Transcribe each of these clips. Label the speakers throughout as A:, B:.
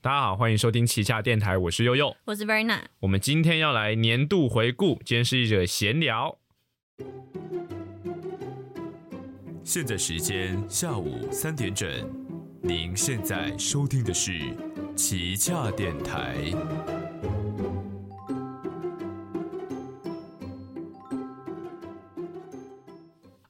A: 大家好，欢迎收听旗下电台，我是悠悠。
B: 我是 Verna，
A: 我们今天要来年度回顾，今天是一则闲聊。
C: 现在时间下午三点整，您现在收听的是旗下电台。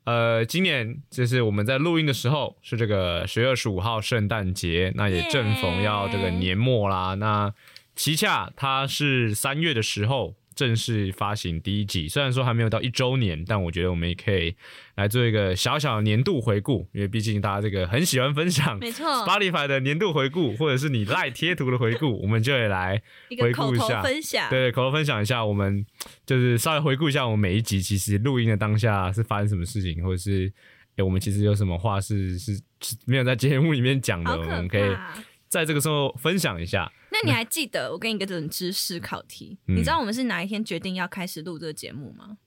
A: 呃，今年就是我们在录音的时候是这个十月十五号圣诞节，那也正逢要这个年末啦。那旗下它是三月的时候正式发行第一季，虽然说还没有到一周年，但我觉得我们也可以来做一个小小的年度回顾，因为毕竟大家这个很喜欢分享
B: 没错，
A: Spotify 的年度回顾，或者是你赖贴图的回顾，我们就也 来
B: 一
A: 回
B: 个
A: 顾
B: 口
A: 一
B: 头
A: 下
B: 分享，
A: 对，口头分享一下，我们就是稍微回顾一下我们每一集其实录音的当下是发生什么事情，或者是诶、我们其实有什么话是是是没有在节目里面讲的，
B: 好
A: 我
B: 可
A: 们
B: 怕。
A: 可以在这个时候分享一下。
B: 那你还记得我给你一个冷知识考题？
A: 嗯
B: 你知道我们是哪一天决定要开始录这个节目吗？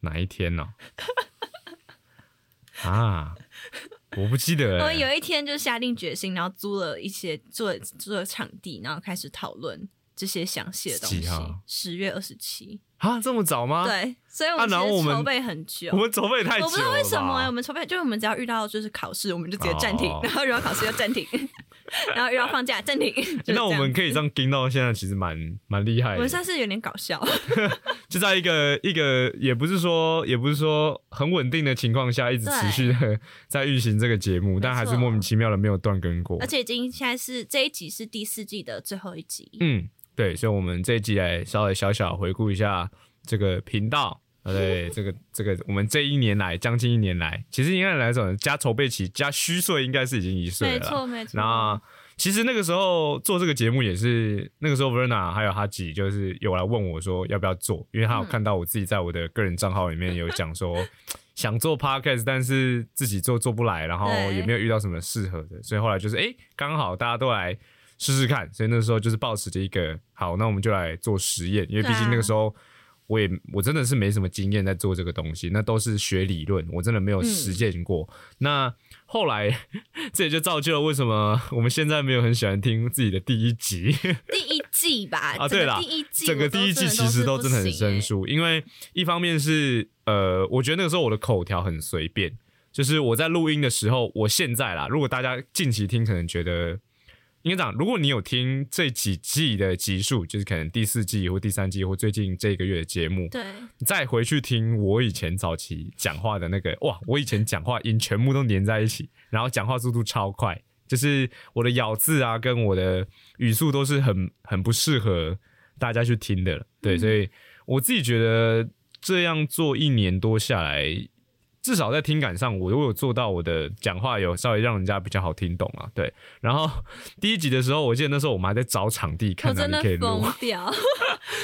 A: 哪一天呢、 啊，我不记得、
B: 我们
A: 欸。
B: 有一天就下定决心，然后租了一些做做了场地，然后开始讨论这些详细的东
A: 几
B: 西
A: 号。
B: 十月二十七，
A: 啊，这么早吗？，
B: 对，所以我
A: 啊然后
B: 其
A: 我
B: 实
A: 们
B: 筹备很久。
A: 我们筹备也太久
B: 我
A: 了吧。
B: 不知道为什么、欸、我们筹备就是我们只要遇到就是考试，我们就直接暂停
A: 哦，
B: 然后遇到考试就暂停， 然后遇到放假暂停。 就是
A: 那我
B: 这样
A: 们可以这样盯到现在，其实蛮蛮厉害
B: 我们
A: 的。
B: 算是有点搞笑，
A: 就在一个一个也不是说也不是说很稳定的情况下，一直持续的 在运行这个节目，但还是莫名其妙的没有断更过
B: 而。且已经现在是这一集是第四季的最后一集，
A: 嗯，对，所以我们这一集来稍微小小回顾一下这个频道。呃对，这个这个，我们这一年来，将近一年来，其实应该来讲，加筹备期加虚岁，应该是已经一岁
B: 没
A: 了啦。
B: 错没错。
A: 那其实那个时候做这个节目也是，那个时候 Verna 还有哈吉就是有来问我说要不要做，因为他有
B: 嗯
A: 看到我自己在我的个人账号里面有讲 说想做 podcast，但是自己做做不来，然后
B: 对
A: 也没有遇到什么适合的，所以后来就是哎，诶刚、好大家都来试试看，所以那时候就是抱持着一个好，那我们就来做实验，因为毕
B: 对
A: 竟
B: 啊
A: 那个时候。我也我真的是没什么经验在做这个东西，那都是学理论，我真的没有
B: 嗯
A: 实践过。那后来这也就造就了为什么我们现在没有很喜欢听自己的第一 集，
B: 第一季吧，
A: 啊
B: 整
A: 对
B: 个
A: 啦
B: 第一季
A: 整个
B: 我都
A: 第一季
B: 真的
A: 其实
B: 都
A: 都
B: 是
A: 真的很
B: 不行欸
A: 生疏，因为一方面是呃，我觉得那个时候我的口条很随便，就是我在录音的时候，我现在啦，如果大家近期听，可能觉得应该讲，如果你有听这几季的集数，就是可能第四季或第三季或最近这个月的节目，
B: 对，
A: 再回去听我以前早期讲话的那个，哇，我以前讲话音 全部都连在一起，然后讲话速度超快，就是我的咬字啊，跟我的语速都是很很不适合大家去听的了。
B: 嗯
A: 对，所以我自己觉得这样做一年多下来，至少在听感上，我我有做到我的讲话有稍微让人家比较好听懂啊。对，然后第一集的时候，我记得那时候我们还在找场地，
B: 我
A: 看哪
B: 哦真
A: 里
B: 的
A: 可以录
B: 疯。 掉。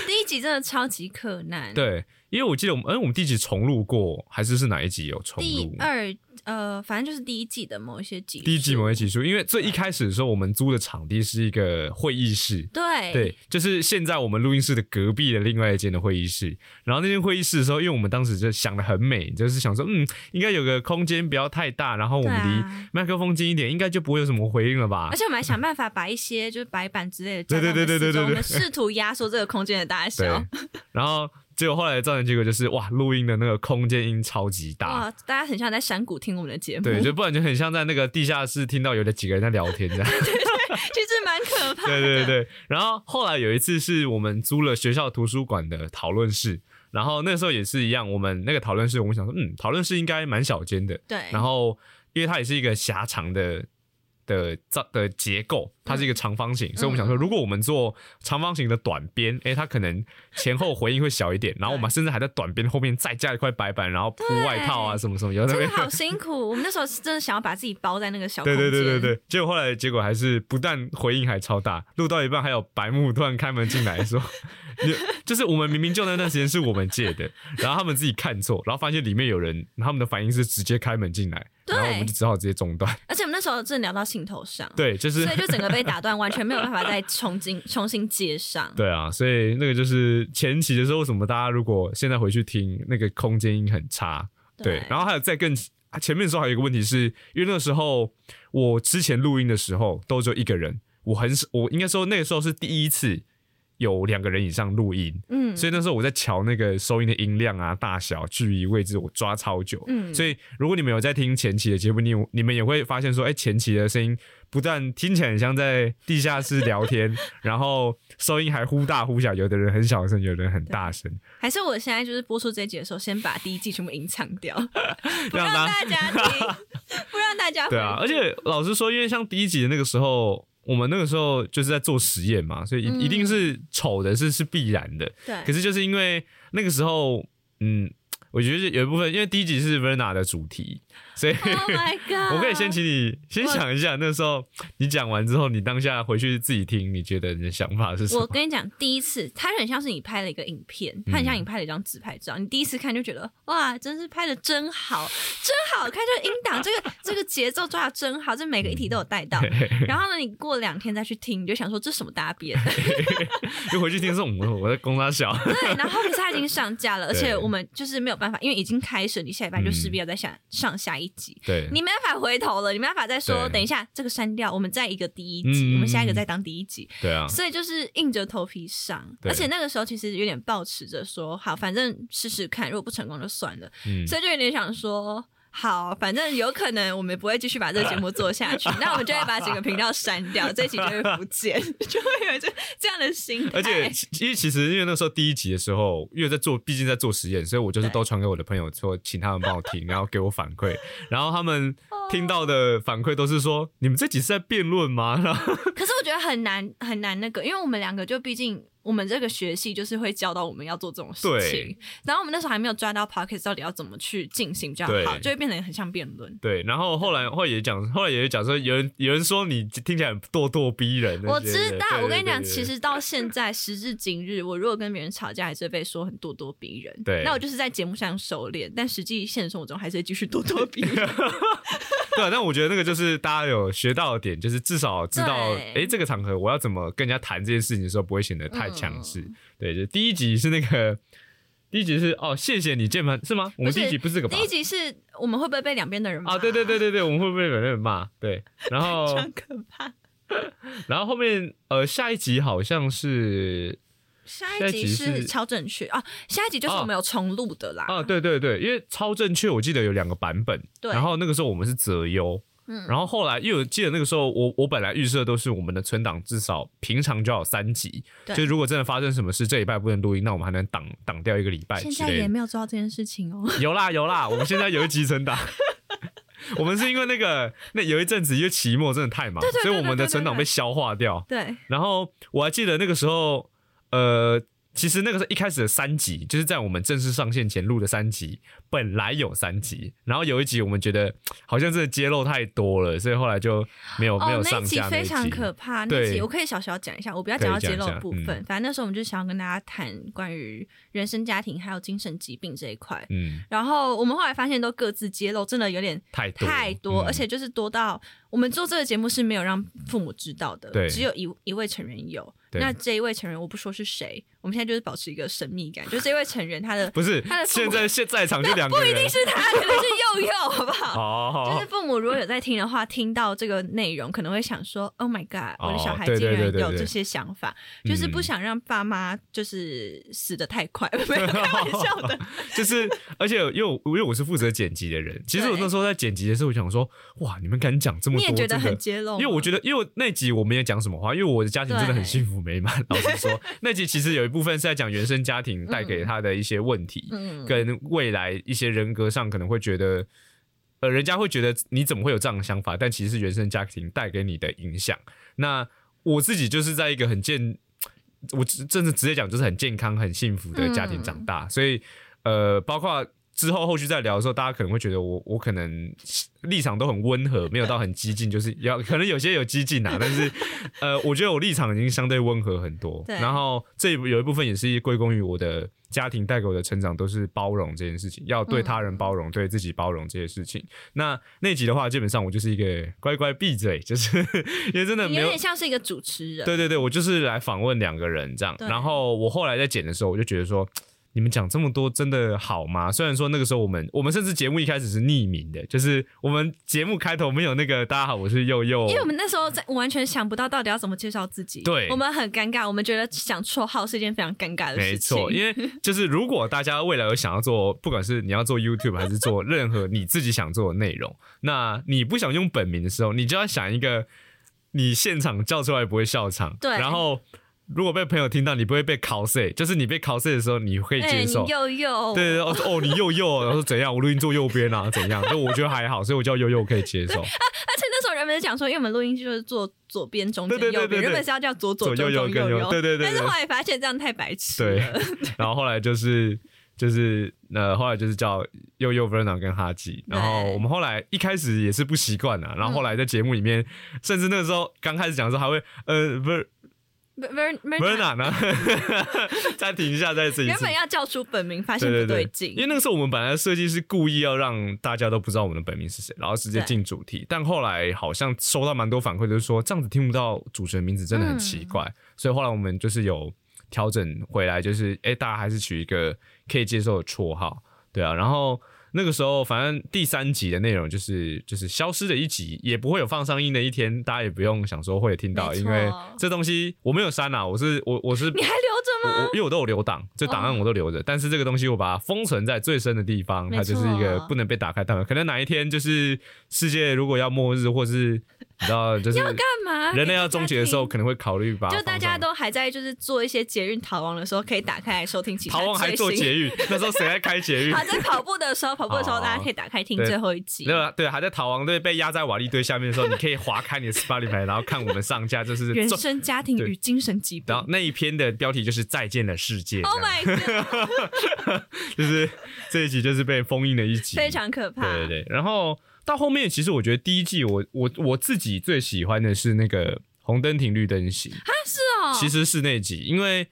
B: 第一集真的超级柯南，，
A: 对，因为我记得我们，哎、我们第几集重录过，还是是哪一集有重
B: 第
A: 录？
B: 二呃，反正就是第一季的某一些集数，
A: 第一集某一集数，因为最一开始的时候，我们租的场地是一个会议室，
B: 对
A: 对，就是现在我们录音室的隔壁的另外一间的会议室。然后那间会议室的时候，因为我们当时就想的很美，就是想说，嗯，应该有个空间不要太大，然后我们
B: 对
A: 离
B: 啊
A: 麦克风近一点，应该就不会有什么回应了吧
B: 而？且我们还想办法把一些就是白板之类的
A: 对对
B: 加到
A: 对对
B: 我们四
A: 对
B: 周，
A: 对
B: 我们试图压缩这个空间的大
A: 对
B: 小。。
A: 然后结果后来造成结果就是，哇，录音的那个空间音超级大，
B: 哇，大家很像在山谷听我们的节目，
A: 啊对，就不然就很像在那个地下室听到有的几个人在聊天这样。
B: 其实蛮可 怕
A: 对
B: 的。
A: 对对。然后后来有一次是我们租了学校图书馆的讨论室，然后那时候也是一样，我们那个讨论室，我们想说，嗯，讨论室应该蛮小间的。
B: 对
A: 然后因为它也是一个狭长的。的造的结构，它是一个长方形，所以我们想说，如果我们做长方形的短边，诶、它可能前后回音会小一点，然后我们甚至还在短边后面再加一块白板，然后铺外套啊
B: 对
A: 什么什么，有的
B: 真
A: 没
B: 的
A: 有。
B: 好辛苦。我们那时候是真的想要把自己包在那个小空
A: 对
B: 间，
A: 对对对对，结果后来结果还是不但回应还超大，录到一半还有白木突然开门进来 说，你就是我们明明就那段时间是我们借的，然后他们自己看错，然后发现里面有人，他们的反应是直接开门进来，
B: 对
A: 然后我们就只好直接中断。
B: 而且我们那时候真的聊到兴头上，
A: 对，就是
B: 所以就整个被打断，完全没有办法再重新重新接上。
A: 对啊，所以那个就是前期的时候，为什么大家如果现在回去听，那个空间音很差，对，然
B: 后
A: 后还有再更啊前面的时候还有一个问题是，因为那时候我之前录音的时候都只有一个人，我很少，我应该说那个时候是第一次有两个人以上录音，
B: 嗯，
A: 所以那时候我在瞧那个收音的音量啊、大小、距离、位置，我抓超久。
B: 嗯
A: 所以如果你们有在听前期的节目，你有你们也会发现说，哎、前期的声音不但听起来很像在地下室聊天， 然后收音还忽大忽小，有的人很小声，有的人很大声，
B: 还是我现在就是播出这一集的时候，先把第一季全部隐藏掉，不
A: 让
B: 让
A: 大
B: 大家听，不让大家
A: 对啊，
B: 回
A: 而且老实说，因为像第一集的那个时候，我们那个时候就是在做实验嘛，所以一、
B: 嗯
A: 一定是丑的是是必然的。
B: 对，
A: 可是就是因为那个时候，嗯，我觉得有一部分，因为第一集是 Verna 的主题，所以、
B: Oh my god！
A: 我可以先请你先想一下，那时候你讲完之后，你当下回去自己听，你觉得你的想法是什
B: 我
A: 么？
B: 跟你讲，第一次它很像是你拍了一个影片，它很
A: 嗯
B: 像你拍了一张自拍照。你第一次看就觉得哇，真是拍的真好，真好看！这个音档，这个这个节奏抓的真好，这每个一题都有带到。
A: 嗯
B: 然后呢，你过两天再去听，你就想说这什么大便？
A: 就回去听说，我我在攻他小，
B: 对，然后可是它已经上架了，而
A: 对
B: 且
A: 嗯
B: 我们就是没有办法，因为已经开始，你下一班就势必要再下、上下一集。
A: 对，
B: 你没办法回头了，你没办法再说。
A: 对
B: 等一下，这个删掉，我们再一个第一集，
A: 嗯
B: 我们下一个再当第一集。
A: 对啊，
B: 所以就是硬着头皮上，
A: 对
B: 而且那个时候其实有点抱持着说，好，反正试试看，如果不成功就算了，
A: 嗯，
B: 所以就有点想说。好，反正有可能我们不会继续把这个节目做 下去，那我们就会把整个频道删掉，这一集就会不见， 就会有这这样的心 态。
A: 而且，其因为其实因为那时候第一集的时候，因为在做，毕竟在做实验，所以我就是
B: 对
A: 都传给我的朋友说，请他们帮我听，然后给我反馈。然后他们
B: 哦
A: 听到的反馈都是说，你们这集是在辩论吗？ 然后
B: 可是我觉得很难很难那个，因为我们两个就毕竟我们这个学系就是会教导我们要做这种事情
A: 对，
B: 然后我们那时候还没有抓到 p o c k e t 到底要怎么去进行比较
A: 对
B: 好，就会变得很像辩论。
A: 对，然后后来后来也讲，后来也讲说，有人有人说你听起来很咄咄逼人。
B: 我
A: 之类
B: 知
A: 的
B: 道，我跟你讲，。
A: 对对对
B: 其
A: 对对
B: 实到现在时至今日，我如果跟别人吵架，还是会被说很咄咄逼人。
A: 对
B: 那我就是在节目上收敛，但实际现实生活中还是会继续咄咄 逼人。
A: 对啊，但我觉得那个就是大家有学到的点，就是至少知道，
B: 对
A: 哎，这个场合我要怎么跟人家谈这件事情的时候，不会显得太强势。
B: 嗯
A: 对，就第一集是那个，第一集是哦，谢谢你键盘是吗？我们
B: 不是
A: 第一集不是这个吧
B: 第？一集是我们会不会被两边的人骂
A: 啊，对对哦对，对对，我们会不会被人骂？对，然后
B: 这样可怕。
A: 然后后面呃下一集好像是
B: 下
A: 下
B: 一
A: 一
B: 集
A: 集是哦
B: 是超正确啊，下一集就是我们有重录的啦。
A: 啊，对对对，因为超正确，我记得有两个版本，
B: 对
A: 然后那个时候我们是择优。
B: 嗯
A: 然后后来，因为我记得那个时候我，我本来预设都是我们的存档至少平常就要有三集，
B: 对
A: 就是如果真的发生什么事，这礼拜不能录音，那我们还能挡挡掉一个礼拜
B: 现
A: 之
B: 在
A: 类
B: 也
A: 的。
B: 没有做到这件事情哦。
A: 有啦有啦，我们现在有一集 存档。我们是因为那个那有一阵子因为期末真的太忙，
B: 对对对
A: 所以我们
B: 对
A: 的
B: 对
A: 存档
B: 对
A: 被消化掉。
B: 对，
A: 然后我还记得那个时候，呃，其实那个时候一开始的三集，就是在我们正式上线前录的三集，本来有三集，然后有一集我们觉得好像真的揭露太多了，所以后来就没有、没
B: 哦
A: 有，
B: 那一
A: 上
B: 集
A: 架
B: 非常
A: 集
B: 可怕，那
A: 对
B: 集我可以小小讲一下，我不要讲到揭露的部分。
A: 可以讲一下嗯
B: 反正那时候我们就想要跟大家谈关于原生家庭还有精神疾病这一块。
A: 嗯，
B: 然后我们后来发现都各自揭露，真的有点
A: 太多
B: 太多，
A: 嗯
B: 而且就是多到我们做这个节目是没有让父母知道的，
A: 对
B: 只有一一位成员有。
A: 对
B: 那这一位成员我不说是谁，我们现在就是保持一个神 秘感，就这位成员他的
A: 不是
B: 他的父
A: 现
B: 母
A: 在现在场就两个
B: 不一
A: 人
B: 定，是他，可能是佑佑，好不好？就
A: 哦
B: 是，父母如果有在听的话，听到这个内容，可能会想说：“Oh my god，
A: 哦
B: 我的小孩
A: 对
B: 竟
A: 对
B: 然
A: 对对
B: 有
A: 对
B: 这些想法，就是不
A: 嗯
B: 想让爸妈就是死的太快。” 没有开玩 笑的，
A: 就是而且因为我因为我是负责剪辑的人，其实我
B: 对
A: 那时候在剪辑的时候，我想说，哇，你们敢讲这么
B: 你
A: 多，
B: 也觉得
A: 真的
B: 很揭露吗？
A: 因为我觉得，因为我那集我没有讲什么话，因为我的家庭真的很幸福美满。老实说， 那集其实有一部分是在讲原生家庭带给他的一些问题，
B: 嗯，
A: 跟未来一些人格上可能会觉得，呃，人家会觉得你怎么会有这样的想法？但其实是原生家庭带给你的影响。那我自己就是在一个很健，我直真的直接讲就是很健康、很幸福
B: 嗯
A: 的家庭长大，所以呃，包括。之后后续再聊的时候，大家可能会觉得我我可能立场都很温和，没有到很激进，就是要可能有些有激进啊，但是呃，我觉得我立场已经相对温和很多。
B: 对
A: 然后这一部有一部分也是归功于我的家庭带给我的成长，都是包容这件事情，要对
B: 嗯
A: 他人包容，对自己包容这些事情。那那集的话，基本上我就是一个乖乖闭嘴，就是 因为真的
B: 你
A: 没
B: 有
A: 有
B: 点。像是一个主持人，
A: 对对对，我就是来访问两个人这样。
B: 对
A: 然后我后来在剪的时候，我就觉得说。你们讲这么多真的好吗？虽然说那个时候我们我们甚至节目一开始是匿名的，就是我们节目开头我们有那个大家好，我是佑佑，
B: 因为我们那时候在完全想不到到底要怎么介绍自己，
A: 对
B: 我们很尴尬，我们觉得想绰号是一件非常尴尬的
A: 没
B: 事情。
A: 错，因为就是如果大家未来有想要做，不管是你要做 YouTube 还是做任何你自己想做的内容，那你不想用本名的时候，你就要想一个你现场叫出来不会笑场，
B: 对
A: 然后如果被朋友听到，你不会被 cos，就是你被 cos 的时候，你可以
B: 哎、
A: 接
B: 你
A: 受。
B: 又又
A: 对对对哦哦，你右右，然后说怎样？我录音坐右边啊，怎样？就我觉得还好，所以我叫右右可以接受。
B: 而且那时候人们就讲说，因为我们录音机就是坐左边、中间、
A: 对对对对
B: 右边，
A: 对
B: 原本是要叫左
A: 左
B: 中
A: 右右
B: 中
A: 跟右
B: 右，
A: 对对对
B: 但是
A: 对
B: 后来发现这样太白痴
A: 对
B: 了。
A: 然后后来就是就是呃，后来就是叫悠悠 Verna 跟哈吉，然后
B: 对
A: 我们后来一开始也是不习惯啊，然后后来在节目里面，甚至那个时候刚开始讲的时候还会呃 Ver
B: Ver- Ver- Verna
A: Verna 呢，啊 暂停一下再试一
B: 原
A: 次
B: 本。要叫出本名，发现
A: 对
B: 不
A: 对对，
B: 劲
A: 因为。那个时候我们本来的设计是故意要让大家都不知道我们的本名是谁，然后直接
B: 对
A: 进主题。但后来好像收到蛮多反馈，就是说这样子听不到主持人名字真的很奇怪，
B: 嗯
A: 所以后来我们就是有调整回来，就是哎、诶大家还是取一个可以接受的绰号，对啊。然后那个时候反正第三集的内容就是就是消失的一集，也不会有放上映的一天，大家也不用想说会听到，
B: 没错
A: 因为这东西我没有删啊，我是我我是
B: 你还留
A: 我
B: 着吗？
A: 我因为我都有留档，这档案
B: 嗯
A: 我都留着，但是这个东西我把它封存在最深的地方，
B: 没
A: 它就是一个
B: 错
A: 不能被打开的档案。可能哪一天就是世界如果要末日，或是你知道，就是
B: 要干嘛？
A: 人类要终结的时候，
B: 给
A: 可能会考虑把它
B: 大家听，就大家
A: 放上
B: 都还在就是做一些捷运逃亡的时候，可以打开来收听其他
A: 逃亡还做
B: 运。
A: 节育，那时候谁在开 节育
B: 好，？在跑步的时候，跑步的时
A: 哦
B: 候大家可以打开听
A: 嗯对
B: 最后一集
A: 没。有啊，对，还在逃亡队被压在瓦砾堆下面的时候，你可以划开你的 Spotify，然后看我们上架，就是
B: 人生、家庭
A: 对
B: 与精神疾病
A: 然。后那一篇的标题就是“再见了世界
B: Oh ”，my god，
A: 就是这一集就是被封印的一集，
B: 非常可怕。
A: 对对对，然后到后面，其实我觉得第一季我我我自己最喜欢的是那个红灯停绿灯行，
B: 但是哦，
A: 其实是那集，因为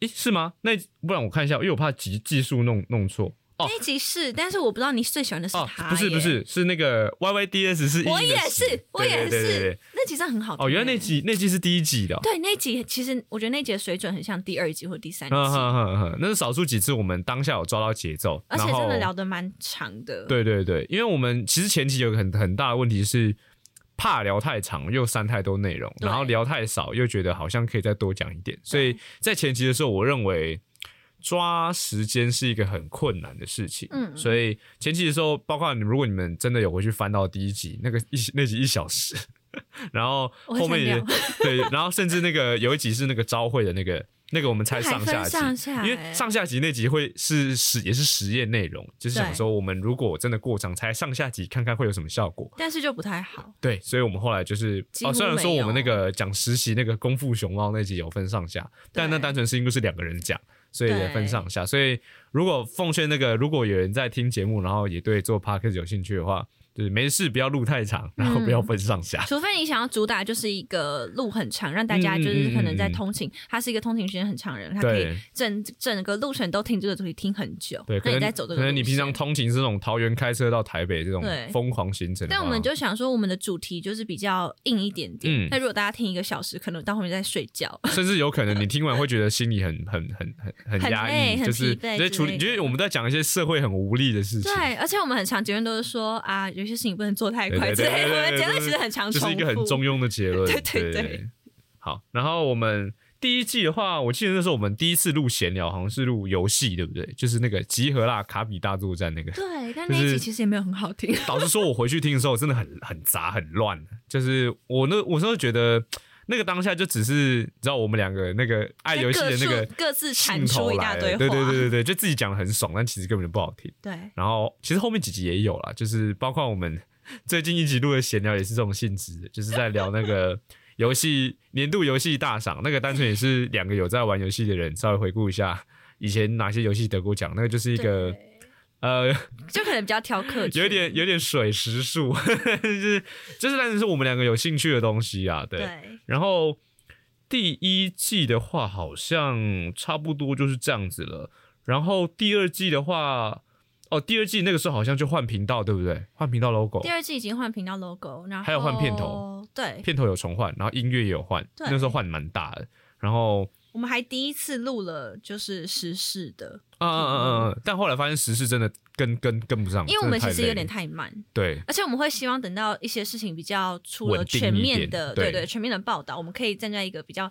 A: 诶是吗？那不然我看一下，因为我怕技技术弄弄错哦
B: 那一集是，但是我不知道你最喜欢的是
A: 哦
B: 他、，
A: 不是不，是是那个 YYDS 是
B: 我
A: 一的
B: 也
A: 集
B: 是，我
A: 对
B: 也
A: 对对对对
B: 是。那集真的很好听
A: 哦，原来那集那集是第一季的哦、
B: 对那集，其实我觉得那集的水准很像第二集或第三集，
A: 嗯哼哼哼，那是少数几次我们当下有抓到节奏，
B: 而且
A: 然后
B: 真的聊得蛮长的。
A: 对对对，因为我们其实前期有个很很大的问题是，怕聊太长又删太多内容，
B: 对
A: 然后聊太少又觉得好像可以再多讲一点，所以在前期的时候，我认为抓时间是一个很困难的事情。
B: 嗯
A: 所以前期的时候，包括你们，如果你们真的有回去翻到第一集那个一那集一小时， 然后
B: 我会
A: 后面也
B: 删
A: 对，然后甚至那个有一集是那个招会的那个。那个我们猜
B: 还
A: 上
B: 分
A: 下集，
B: 上下
A: 因为
B: 欸
A: 上下集那集会是实也是实验内容，就是想
B: 对
A: 说我们如果真的过场，才上下集看看会有什么效果。
B: 但是就不太好。
A: 对，所以我们后来就是
B: 几
A: 哦，
B: 乎
A: 虽然说
B: 没
A: 我
B: 有
A: 们那个讲实习那个功夫熊猫那集有分上下，但那单纯是因为是两个人讲，所以也分上下。所以如果奉劝那个如果有人在听节目，然后也对做 podcast 有兴趣的话，就是没事不要录太长，然后不
B: 嗯
A: 要分上下。
B: 除非你想要主打就是一个路很长，让大
A: 嗯
B: 家就是可能在通勤，他是一个通勤时间很长的人，他可以
A: 对
B: 整整个路程都听这个主题听很久。
A: 对，可
B: 那你
A: 能
B: 在走这个
A: 可能你
B: 路
A: 平常
B: 线
A: 通勤是那种桃园开车到台北这种
B: 对
A: 疯狂行程的话，
B: 但我们就想说，我们的主题就是比较硬一点
A: 嗯
B: 点。那、如果大家听一个小时，可能到后面在睡 觉。
A: 甚至有可能你听完会觉得心里很很很很很
B: 很
A: 压
B: 累
A: 抑，
B: 很
A: 就是
B: 疲惫
A: 觉得处理，
B: 之类的
A: 觉得我们在讲一些社会很无力的事情，
B: 对，而且我们很常结论都是说啊，有些事情不能做太快
A: 对
B: 之
A: 对
B: 类
A: 对对
B: 的。我们
A: 对
B: 结论
A: 对
B: 其实很常
A: 就
B: 重复。
A: 是一个很中庸的结 论。
B: 对对对
A: 好，然后我们第一季的话，我记得那时候我们第一次录闲聊，好像是录游戏，对不对？就是那个集合啦卡比大作战 那个。
B: 对，但
A: 就
B: 那一
A: 是
B: 集其实也没有很好听。
A: 老实说，我回去听的时候真的很很杂很乱，就是我那我那时候觉得那个当下就只是你知道我们两个那个爱游戏的那个
B: 各自各自
A: 兴
B: 产
A: 头
B: 出一
A: 来
B: 大
A: 了
B: 堆话。
A: 对对对对对，就自己讲的很爽，但其实根本就不好听。
B: 对
A: 然后其实后面几集也有啦，就是包括我们 最近一集录的闲聊也是这种性质的，就是在聊那个游戏年度游戏大赏，那个单纯也是两个有在玩游戏的人稍微回顾一下以前哪些游戏得过奖，那个就是一个
B: 对
A: 呃
B: 就可能比较挑客群，
A: 有点有点水时数， 就是就是单纯是我们两个有兴趣的东西啊，对。
B: 对。
A: 然后第一季的话，好像差不多就是这样子了。然后第二季的话，哦，第二季那个时候好像就换频道，对不对？换频道 logo，
B: 第二季已经换频道 logo，然后
A: 还有换片头，
B: 对
A: 片头有重换，然后音乐也有换，
B: 对
A: 那时候换蛮大的。然后
B: 我们还第一次录了就是时事的，
A: 嗯嗯嗯嗯，但后来发现时事真的跟跟跟不上，
B: 因为我们
A: 真
B: 其
A: 的太
B: 实
A: 累
B: 有点
A: 了
B: 太慢，
A: 对
B: 而且我们会希望等到一些事情比较出了
A: 稳定
B: 全
A: 一
B: 面
A: 点
B: 的，
A: 对
B: 对全面的报道，我们可以站在一个比较。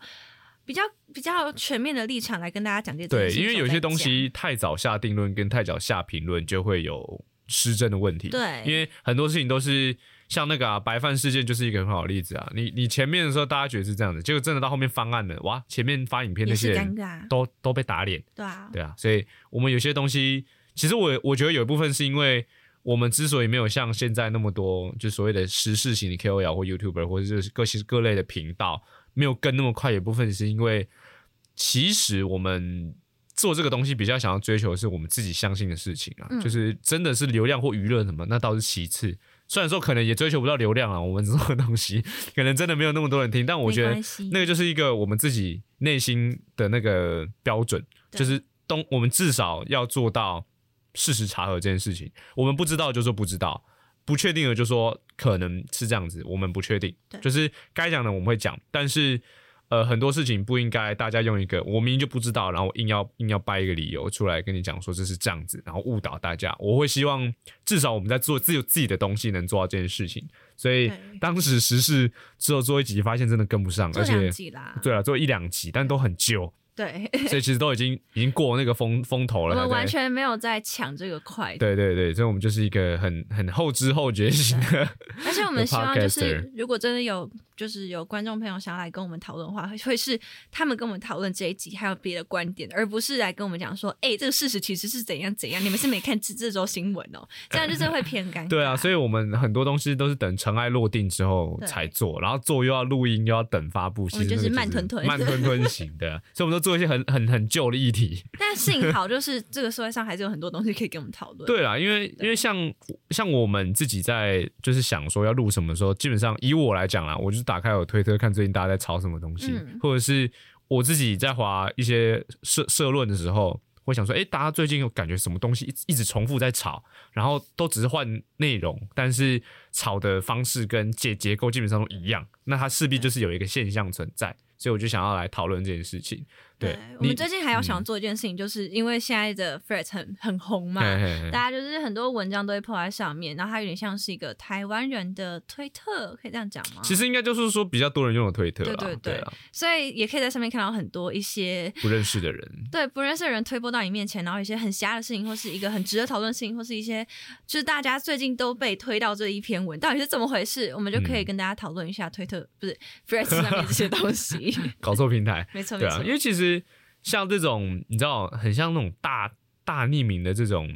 B: 比较比较全面的立场来跟大家讲这些，
A: 对，因为有些东西太早下定论跟太早下评论就会有失真的问题，
B: 对
A: 因为很多事情都是像那个啊白饭事件就是一个很好的例子啊，你你前面的时候大家觉得是这样子，结果真的到后面方案了，哇，前面发影片那
B: 也
A: 些
B: 是尴
A: 人
B: 尬，
A: 都都被打脸。
B: 对啊，
A: 对啊，所以我们有些东西，其实我我觉得有一部分是因为我们之所以没有像现在那么多，就所谓的时事型的 KOL 或 YouTuber 或者就是各其各类的频道，没有跟那么快，有一部分是因为其实我们。做这个东西比较想要追求的是我们自己相信的事情啊，
B: 嗯
A: 就是真的是流量或娱乐什么，那倒是其次。虽然说可能也追求不到流量啊，我们这种东西 可能真的没有那么多人听，但我
B: 没
A: 觉得
B: 关系
A: 那个就是一个我们自己内心的那个标准，
B: 对
A: 就是东我们至少要做到事实查核这件事情。我们不知道就说不知道，不确定的就说可能是这样子，我们不确定
B: 对。
A: 就是该讲的我们会讲，但是呃很多事情不应该大家用一个我明明就不知道，然后硬要硬要掰一个理由出来跟你讲说这是这样子，然后误导大家。我会希望至少我们在做自己自己的东西能做到这件事情。所以
B: 对
A: 当时时事只有做一集，发现真的跟不上，
B: 做
A: 而
B: 两
A: 且
B: 集啦，
A: 对了，啊做一两集，但都很 旧，
B: 对，
A: 所以其实都已经已经过那个风风头
B: 我
A: 了。
B: 们
A: 还
B: 完
A: 在
B: 全没有在抢这个快，
A: 对对对，所以我们就是一个很很后知后觉型的，
B: 而且我
A: The
B: 们希望就
A: podcaster
B: 是，如果真的有就是有观众朋友想要来跟我们讨论的话， 会会是他们跟我们讨论这一集还有别的观点，而不是来跟我们讲说，哎、这个事实其实是怎样怎样，你们是没看这这周新闻 哦，这样就是会偏尴尬。
A: 对啊，所以我们很多东西都是等尘埃落定之后
B: 对
A: 才做，然后做又要录音又要等发布，其
B: 们
A: 实那
B: 就是
A: 个
B: 慢吞吞
A: 慢吞吞型的，所以我们都做一些很很很旧的议题。
B: 但幸好就是这个社会上还是有很多东西可以跟我们讨 论。
A: 对啦，因为因为像像我们自己在就是想说要录什么的时候，基本上以我来讲啦，我就是打开我推特看最近大家在吵什么东西，
B: 嗯
A: 或者是我自己在划一些社社论的时候，会想说，诶，大家最近有感觉什么东西一直一直重复在吵，然后都只是换内容，但是吵的方式跟结结构基本上都一样，那它势必就是有一个现象存在，所以我就想要来讨论这件事情。对，
B: 我们
A: 你嗯
B: 最近还有想做一件事情，就是因为现在的 Threads 很很红嘛，
A: 嘿嘿嘿
B: 大家就是很多文章都会 po 在上面，然后它有点像是一个台湾人的推特，可以这样讲吗？
A: 其实应该就是说比较多人用的推特啦，
B: 对对对
A: 啊，
B: 所以也可以在上面看到很多一些
A: 不认识的人，
B: 对不认识的人推播到你面前，然后一些很瞎的事情，或是一个很值得讨论的事情，或是一些就是大家最近都被推到这一篇文，到底是怎么回事，我们就可以
A: 嗯
B: 跟大家讨论一下推特、不是 f r e s 上面这些东西。
A: 搞错平台，
B: 没错
A: 对
B: 没
A: 啊
B: 错，，
A: 因为其实像这种你知道，很像那种大大匿名的这种，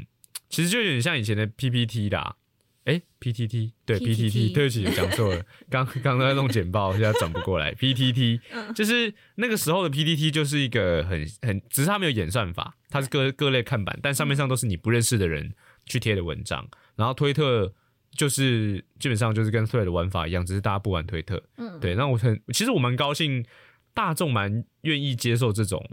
A: 其实就有点像以前的 PPT 啦。哎，PTT 对
B: PTT
A: PTT，对不起，讲错了，刚刚刚在弄简报，现在转不过来。PTT
B: 嗯
A: 就是那个时候的 PTT，就是一个很很，只是它没有演算法，它是各各类看板，但上面上都是你不认识的人去贴的文章。然后推特就是基本上就是跟 Thread 的玩法一样，只是大家不玩推特，
B: 嗯，
A: 对，那我很其实我蛮高兴，大众蛮愿意接受这种，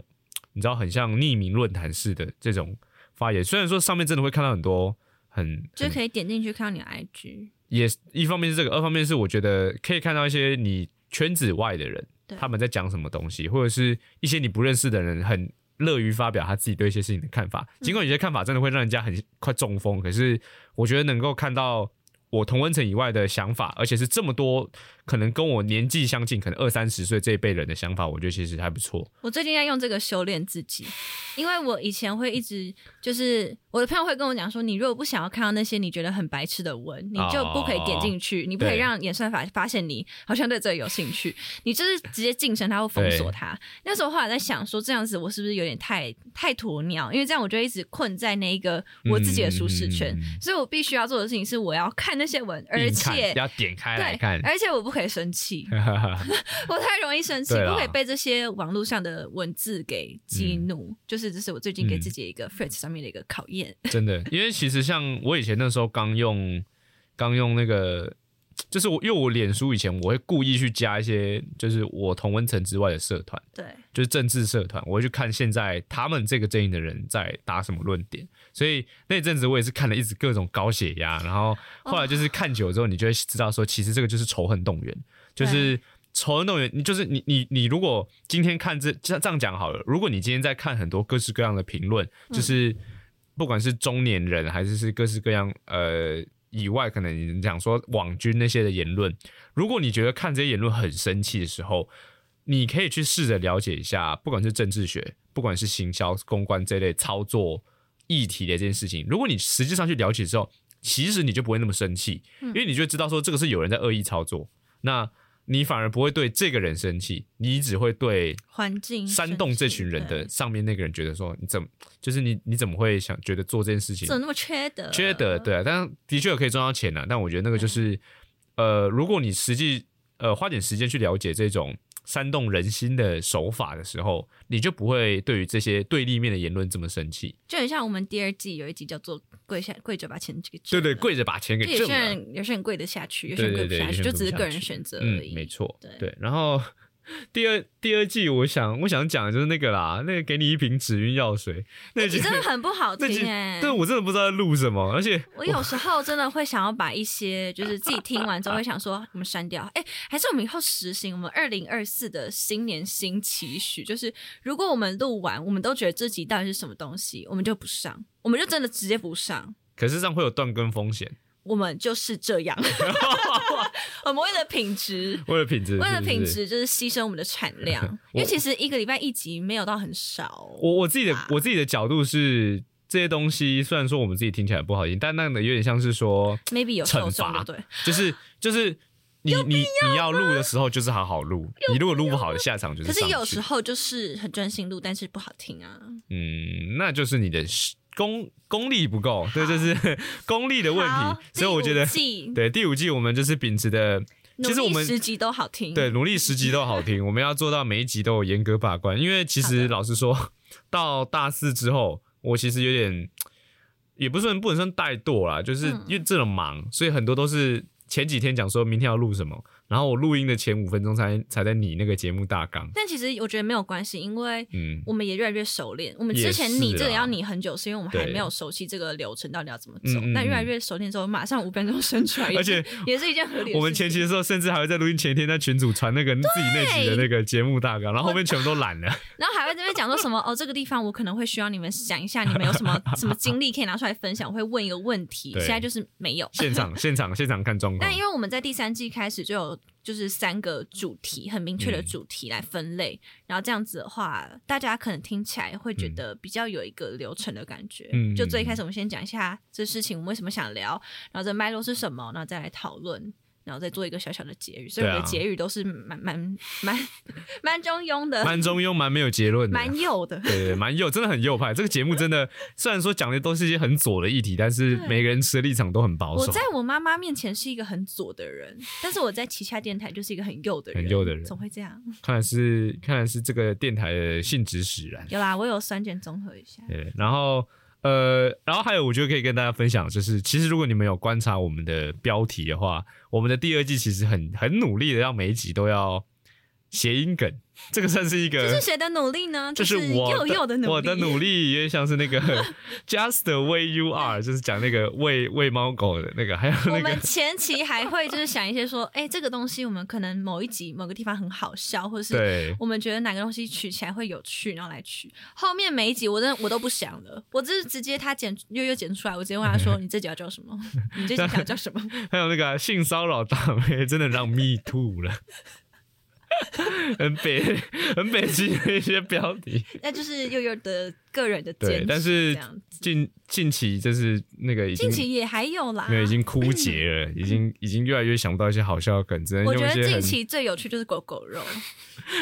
A: 你知道，很像匿名论坛式的这种发言。虽然说上面真的会看到很多很，
B: 就
A: 很
B: 可以点进去看到你的 IG。
A: 也一方面是这个，二方面是我觉得可以看到一些你圈子外的人
B: 对，
A: 他们在讲什么东西，或者是一些你不认识的人很。乐于发表他自己对一些事情的看法，尽管有些看法真的会让人家很快中风，可是我觉得能够看到我同温层以外的想法，而且是这么多可能跟我年纪相近，可能二三十岁这一辈人的想法，我觉得其实还不错。
B: 我最近在用这个修炼自己，因为我以前会一直就是我的朋友会跟我讲说，你如果不想要看到那些你觉得很白痴的文，你就不可以点进去，你不可以
A: 哦对
B: 让演算法发现你好像对这个有兴趣，你就是直接晋升它或封锁它。那时候后来在想说，这样子我是不是有点太太鸵鸟？因为这样我就一直困在那一个我自己的舒适圈，
A: 嗯嗯嗯嗯
B: 所以我必须要做的事情是我要看那些文，而
A: 硬看
B: 且。
A: 要点开来
B: 对
A: 看，，
B: 而且我不可以 生气，我太容易生气，
A: 对啦嗯
B: 不可以被这些网络上的文字给激怒。就是这是我最近给自己一个 f r e t 上面的一个考验。
A: 真的，因为其实像我以前那时候刚用刚用那个，就是我因为我脸书以前我会故意去加一些就是我同温层之外的社团，
B: 对，
A: 就是政治社团，我会去看现在他们这个阵营的人在打什么论点。所以那阵子我也是看了一直各种高血压，然后后来就是看久了之后，你就会知道说，其实这个就是仇恨动员，就是丑人动物园，你就是你你你，如果今天看这这这样讲好了，如果你今天在看很多各式各样的评论，就是不管是中年人还是是各式各样呃以外，可能你讲说网军那些的言论，如果你觉得看这些言论很生气的时候，你可以去试着了解一下，不管是政治学，不管是行销、公关这类操作议题的这件事情，如果你实际上去了解之后，其实你就不会那么生气，因为你就会知道说这个是有人在恶意操作，那你反而不会对这个人生气，你只会对
B: 环境
A: 煽动这群
B: 嗯
A: 人的上面那个人觉得说你怎么就是你你怎么会想觉得做这件事情
B: 怎么那么缺德？
A: 缺德，对啊，但的确有可以赚到钱啊。但我觉得那个就是，
B: 嗯
A: 呃，如果你实际呃花点时间去了解这种煽动人心的手法的时候，你就不会对于这些对立面的言论这么生气。
B: 就很像我们第二季有一集叫做“跪下跪着把钱给挣
A: 对
B: 了”，
A: 对，跪着把钱
B: 就
A: 给
B: 有
A: 挣
B: 些
A: 了。
B: 人有些人跪得下去，有些人跪
A: 对
B: 不
A: 对
B: 下
A: 对
B: 去，
A: 有些人跪
B: 就
A: 不
B: 只是个人
A: 下去
B: 选择而
A: 嗯，
B: 已。
A: 没错，
B: 对
A: 对。然后 第二第二季，我想我想讲的就是那个啦，那个给你一瓶止晕药水，那
B: 那集
A: 集
B: 真的很不好
A: 那集
B: 听哎、，
A: 对我真的不知道在录什么，而且
B: 我有时候真的会想要把一些，就是自己听完之后会想说，我们删掉。哎、还是我们以后实行我们二零二四的新年新期许，就是如果我们录完，我们都觉得这集到底是什么东西，我们就不上，我们就真的直接不上。
A: 可是这样会有断更风险，
B: 我们就是这样， 我们为了品质，
A: 为了品质，
B: 为了
A: 是不是
B: 品质就是牺牲我们的产量，因为其实一个礼拜一集没有到很少。
A: 我我自己的我自己的角度是，这些东西虽然说我们自己听起来不好听，但那个有点像是说，
B: maybe 有受众
A: 惩罚
B: 对不对，
A: 就是就是你你你要录的时候就是好好录，你如果录不好的下场就是
B: 可
A: 上去。
B: 是有时候就是很专心录，但是不好听啊。
A: 嗯，那就是你的功功力不够，对，这是 功力的问
B: 好
A: 题。所以我觉得
B: 第五，季
A: 对第五季我们就是秉持的，
B: 努
A: 其实我
B: 力
A: 们
B: 十集都好听。
A: 对，努力十集都好 听，我们要做到每一集都有严格把关。因为其
B: 好
A: 实
B: 的
A: 老实说，到大四之后，我其实有点，也不算不能算怠惰啦，就是
B: 嗯
A: 因为这种忙，所以很多都是前几天讲说明天要录什么，然后我录音的前五分钟才才在拟那个节目大纲。
B: 但其实我觉得没有关系，因为
A: 嗯，
B: 我们也越来越熟练。我们
A: 也
B: 之
A: 是啊
B: 前拟这个要拟很久，是因为我们还
A: 对
B: 没有熟悉这个流程到底要怎么
A: 嗯
B: 走
A: 嗯嗯。
B: 但越来越熟练之后，马上五分钟生出来，
A: 而且
B: 也是也是一件合理的事情。
A: 我们前期的时候，甚至还会在录音前一天在群组传那个自己那集的那个节目大纲，然后后面全部都懒 了。
B: 然后还会这边讲说什么哦，这个地方我可能会需要你们想一下，你们有 什么什么经历可以拿出来分享，我会问一个问题。
A: 对
B: 现在就是没有。
A: 现场现场现场看状况
B: 但，因为我们在第三季开始就有就是三个主题很明确的主题来分类，然后这样子的话，大家可能听起来会觉得比较有一个流程的感觉。
A: 嗯
B: 就最开始我们先讲一下这事情我们为什么想聊，然后这脉络是什么，然后再来讨论。然后再做一个小小的结语，所以我
A: 对啊
B: 的结语都是蛮蛮蛮蛮中庸的，
A: 蛮中庸，蛮没有结论的，
B: 蛮右的。
A: 对，对， 蛮右，真的很右派。这个节目真 的，虽然说讲的都是一些很左的议题，但是每个人持的立场都很保
B: 我
A: 守
B: 在。我妈妈面前是一个很左的人，但是我在旗下电台就是一个很右的人，
A: 很右的人
B: 总会这样。
A: 看来是看来是这个电台的性质使然。
B: 有啦，我有酸碱综合一下。
A: 对，然后呃，然后还有，我觉得可以跟大家分享，就是其实如果你们有观察我们的标题的话，我们的第二季其实很很努力的，让每一集都要谐音梗，这个算是一
B: 这
A: 个
B: 是。谁的努力呢？
A: 呃这
B: 是
A: 我
B: 幼幼的努力，
A: 我的努力有点像是那 个 Just the way you are，就是讲那个喂喂猫狗的那个，还有
B: 我
A: 那个
B: 们前期还会就是想一些说，哎、这个东西我们可能某一集某个地方很好笑，或者是
A: 对，
B: 我们觉得哪个东西取起来会有趣，然后来取。后面每一集我真的我都不想了，我只是直接他剪悠悠剪出来，我直接问 他说：“你这集要叫什么？ 你这集想要叫什么
A: 还有那个啊、性骚扰大妹，真的让 me too 了，很北很北京的一些标题。？”
B: 那就是悠悠的个人的坚
A: 对
B: 持，，
A: 但是
B: 这样子。
A: 近近期就是那个已经
B: 近期嗯也还有啦
A: 没。有已经枯竭了，已经已经越来越想不到一些好笑的梗，只能
B: 我
A: 用
B: 觉
A: 一
B: 得
A: 些
B: 近
A: 很
B: 期最有趣就是狗狗肉，。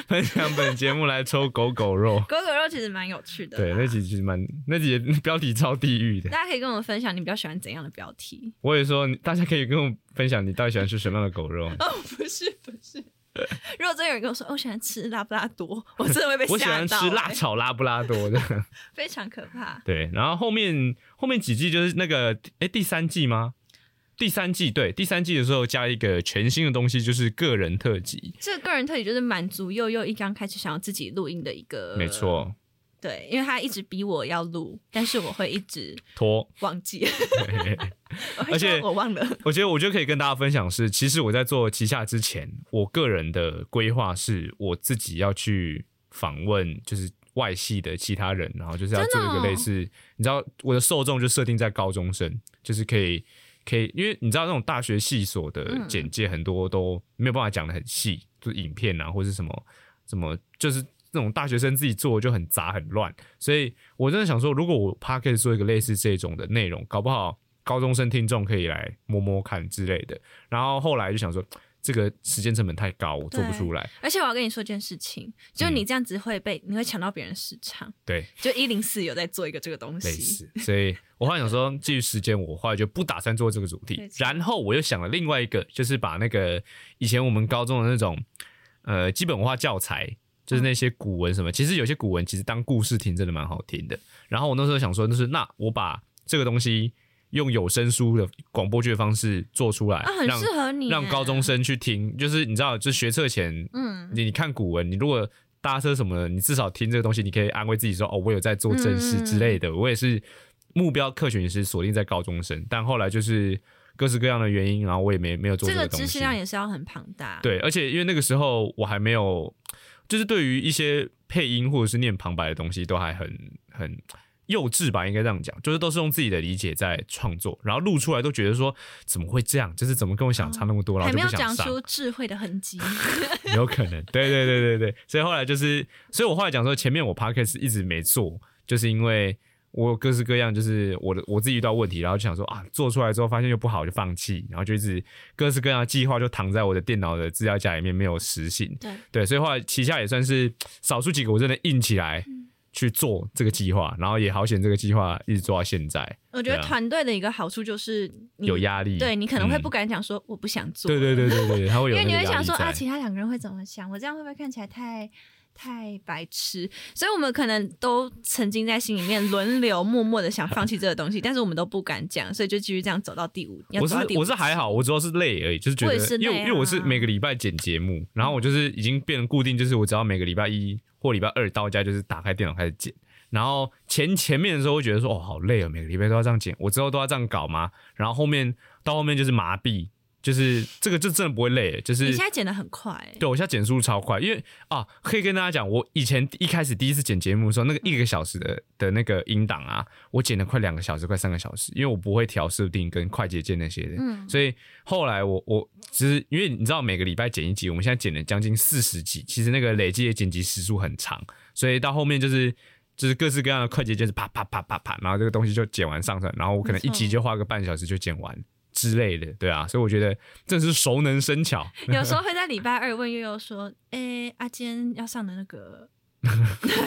A: 分享本节目来抽狗狗肉
B: 狗狗肉其实蛮有趣的啦。
A: 对，那集其实蛮那集的标题超地狱的。
B: 大家可以跟我们分享你比较喜欢怎样的标题？
A: 我也说，大家可以跟我分享你到底喜欢吃什么样的狗肉。
B: 哦，不是不是，如果真有人跟我说、哦我喜欢吃拉布拉多，我真的会被
A: 我喜
B: 吓
A: 欢
B: 到、
A: 吃辣
B: 欸
A: 炒拉布拉多的。
B: 非常可怕。
A: 对，然后后面后面几季就是那个哎第三季吗？第三季对，第三季的时候加一个全新的东西，就是个人特辑，
B: 这个个人特点就是满足佑佑一刚开始想要自己录音的一个
A: 没错，
B: 对，因为他一直逼我要录，但是我会一直
A: 拖。
B: 忘 记，我会
A: 而且
B: 说我忘了。
A: 我觉得，我觉得可以跟大家分享是，其实我在做旗下之前，我个人的规划是我自己要去访问，就是外系的其他人，然后就是要
B: 真
A: 做
B: 的哦
A: 一个类似，你知道我的受众就设定在高中生，就是可以可以，因为你知道那种大学系所的
B: 嗯
A: 简介很多都没有办法讲的很细，就是影片啊或是什么什么，就是那种大学生自己做就很杂很乱，所以我真的想说，如果我 p a c k a g e 做一个类似这种的内容，搞不好高中生听众可以来摸摸看之类的。然后后来就想说，这个时间成本太高，我做不出来。
B: 而且我要跟你说一件事情，就是
A: 嗯
B: 你这样子会被，你会抢到别人市场。
A: 对，
B: 就一零四有在做一个这个东
A: 类
B: 西，
A: 似。所以我后来想说，基于时间，我后来就不打算做这个主题
B: 没。错
A: 然后我又想了另外一个，就是把那个以前我们高中的那种呃基本文化教材。就是
B: 嗯
A: 那些古文什么，其实有些古文其实当故事听真的蛮好听的。然后我那时候想说，就是那我把这个东西用有声书的广播剧的方式做出来，
B: 啊，很
A: 让
B: 适合你
A: 让
B: 耶
A: 高中。生去听，就是你知道，就是学测前，
B: 嗯，
A: 你你看古文，你如果搭车什么的，你至少听这个东西，你可以安慰自己说，哦，我有在做正事之类
B: 嗯
A: 的。我也是目标客群是锁定在高中生，但后来就是各式各样的原因，然后我也没没有做
B: 这
A: 这
B: 个
A: 个东
B: 知
A: 西
B: 识。量也是要很庞大。，
A: 对，而且因为那个时候我还没有，就是对于一些配音或者是念旁白的东西，都还很很幼稚吧，应该这样讲，就是都是用自己的理解在创作，然后录出来都觉得说怎么会这样，就是怎么跟我想差那么多，然
B: 还
A: 后
B: 没
A: 就
B: 有
A: 不想
B: 讲
A: 上，
B: 出智慧的 痕迹。
A: 有可能，对对对对对，所以后来就是，所以我后来讲说，前面我 podcast 一直没做，就是因为。我有各式各样，就是我的我自己遇到问题，然后就想说啊，做出来之后发现又不好，就放弃，然后就一直各式各样的计划就躺在我的电脑的资料夹里面没有实行。
B: 对，
A: 对，所以后来旗下也算是少数几个我真的硬起来
B: 嗯
A: 去做这个计划，然后也好险这个计划一直做到现在，
B: 我觉得
A: 对啊
B: 团队的一个好处就是你
A: 有压力。
B: 对你可能会
A: 嗯
B: 不敢讲说我不想做，
A: 对对对对对，他会有
B: 因为
A: 那
B: 你
A: 个
B: 会
A: 压
B: 想
A: 力
B: 说啊，
A: 在。
B: 其他两个人会怎么想？我这样会不会看起来太太白痴？所以我们可能都曾经在心里面轮流默默的想放弃这个东西，但是我们都不敢讲，所以就继续这样走到第五。要
A: 我
B: 走
A: 是
B: 到第五
A: 我是还好，我主要是累而已，就是觉得
B: 我也是累
A: 因为因为我是
B: 啊
A: 每个礼拜剪节目，然后我就是已经变成固定，就是我只要每个礼拜一或礼拜二到家就是打开电脑开始剪，然后前前面的时候会觉得说哦好累哦，每个礼拜都要这样剪，我之后都要这样搞吗？然后后面到后面就是麻痹，就是这个就真的不会累，就是
B: 你现在剪的很快、欸
A: 对，我现在减速超快，因为啊，可以跟大家讲，我以前一开始第一次剪节目的时候，那个一个小时的的那个音档啊，我剪了快两个小时，快三个小时，因为我不会调设定跟快捷键那些的，
B: 嗯
A: 所以后来我我其实因为你知道每个礼拜剪一集，我们现在剪了将近四十集，其实那个累计的剪辑时数很长，所以到后面就是。就是各式各样的快捷键是啪啪啪啪啪，然后这个东西就剪完上传，然后我可能一
B: 没错
A: 集就花个半小时就剪完之类的，对啊，所以我觉得真的是熟能生 巧，
B: 有时候会在礼拜二问悠悠说：“哎、阿坚要上的那 个。”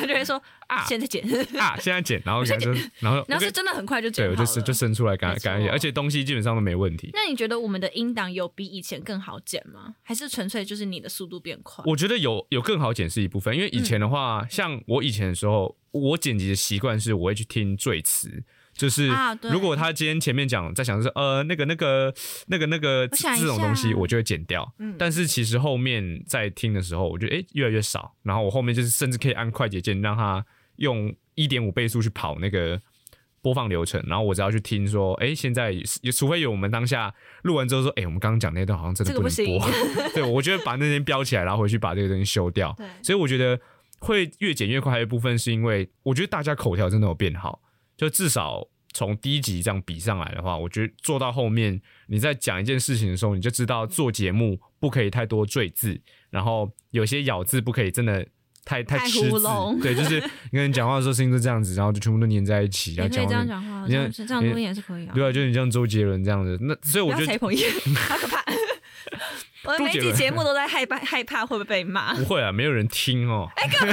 B: 就会说
A: 啊
B: 啊，现在剪，
A: 啊，现在剪，然后
B: 现
A: 然
B: 在
A: 后然后
B: 然
A: 我跟
B: 后是真的很快就剪
A: 对，
B: 好
A: 我
B: 了。
A: 就是就生出来感
B: 没错
A: 感谢，而且东西基本上都没问题。
B: 那你觉得我们的音档有比以前更好剪吗？还是纯粹就是你的速度变快？
A: 我觉得有有更好剪是一部分，因为
B: 嗯
A: 以前的话，像我以前的时候，我剪辑的习惯是我会去听赘词，就是
B: 啊对
A: 如果他今天前面讲在想的是呃那个那个那个那个
B: 我想一
A: 这种
B: 下
A: 东西，我就会剪掉。
B: 嗯
A: 但是其实后面在听的时候，我觉得诶越来越少，然后我后面就是甚至可以按快捷键让它用一点五倍速去跑那个播放流程，然后我只要去听说，诶，现在除非有我们当下录完之后说，哎诶，我们刚刚讲那段好像真的
B: 这个
A: 能播，
B: 不
A: 对我就会把那天标起来，然后回去把这个东西修掉。
B: 对
A: 所以我觉得会越剪越快的一部分，是因为我觉得大家口条真的有变好，就至少从第一集这样比上来的话，我觉得做到后面，你在讲一件事情的时候，你就知道做节目不可以太多赘字，然后有些咬字不可以真的。太太
B: 太
A: 吃
B: 糊
A: 字
B: 弄，
A: 对，就是你跟人讲话的时候声音就这样子，然后就全部都粘在一起，
B: 你
A: 然
B: 可
A: 后
B: 以这
A: 话
B: 样
A: 就
B: 讲话，
A: 你
B: 这样
A: 看
B: 这样
A: 你
B: 录音也是可以啊。
A: 对啊，就是你像周杰伦这样子，那所以
B: 不
A: 我
B: 要
A: 觉得
B: 踩捧叶，好可怕！我们每一
A: 周杰
B: 集
A: 伦
B: 节目都在害怕害怕会不会被骂。
A: 不会啊，没有人听哦。哎，干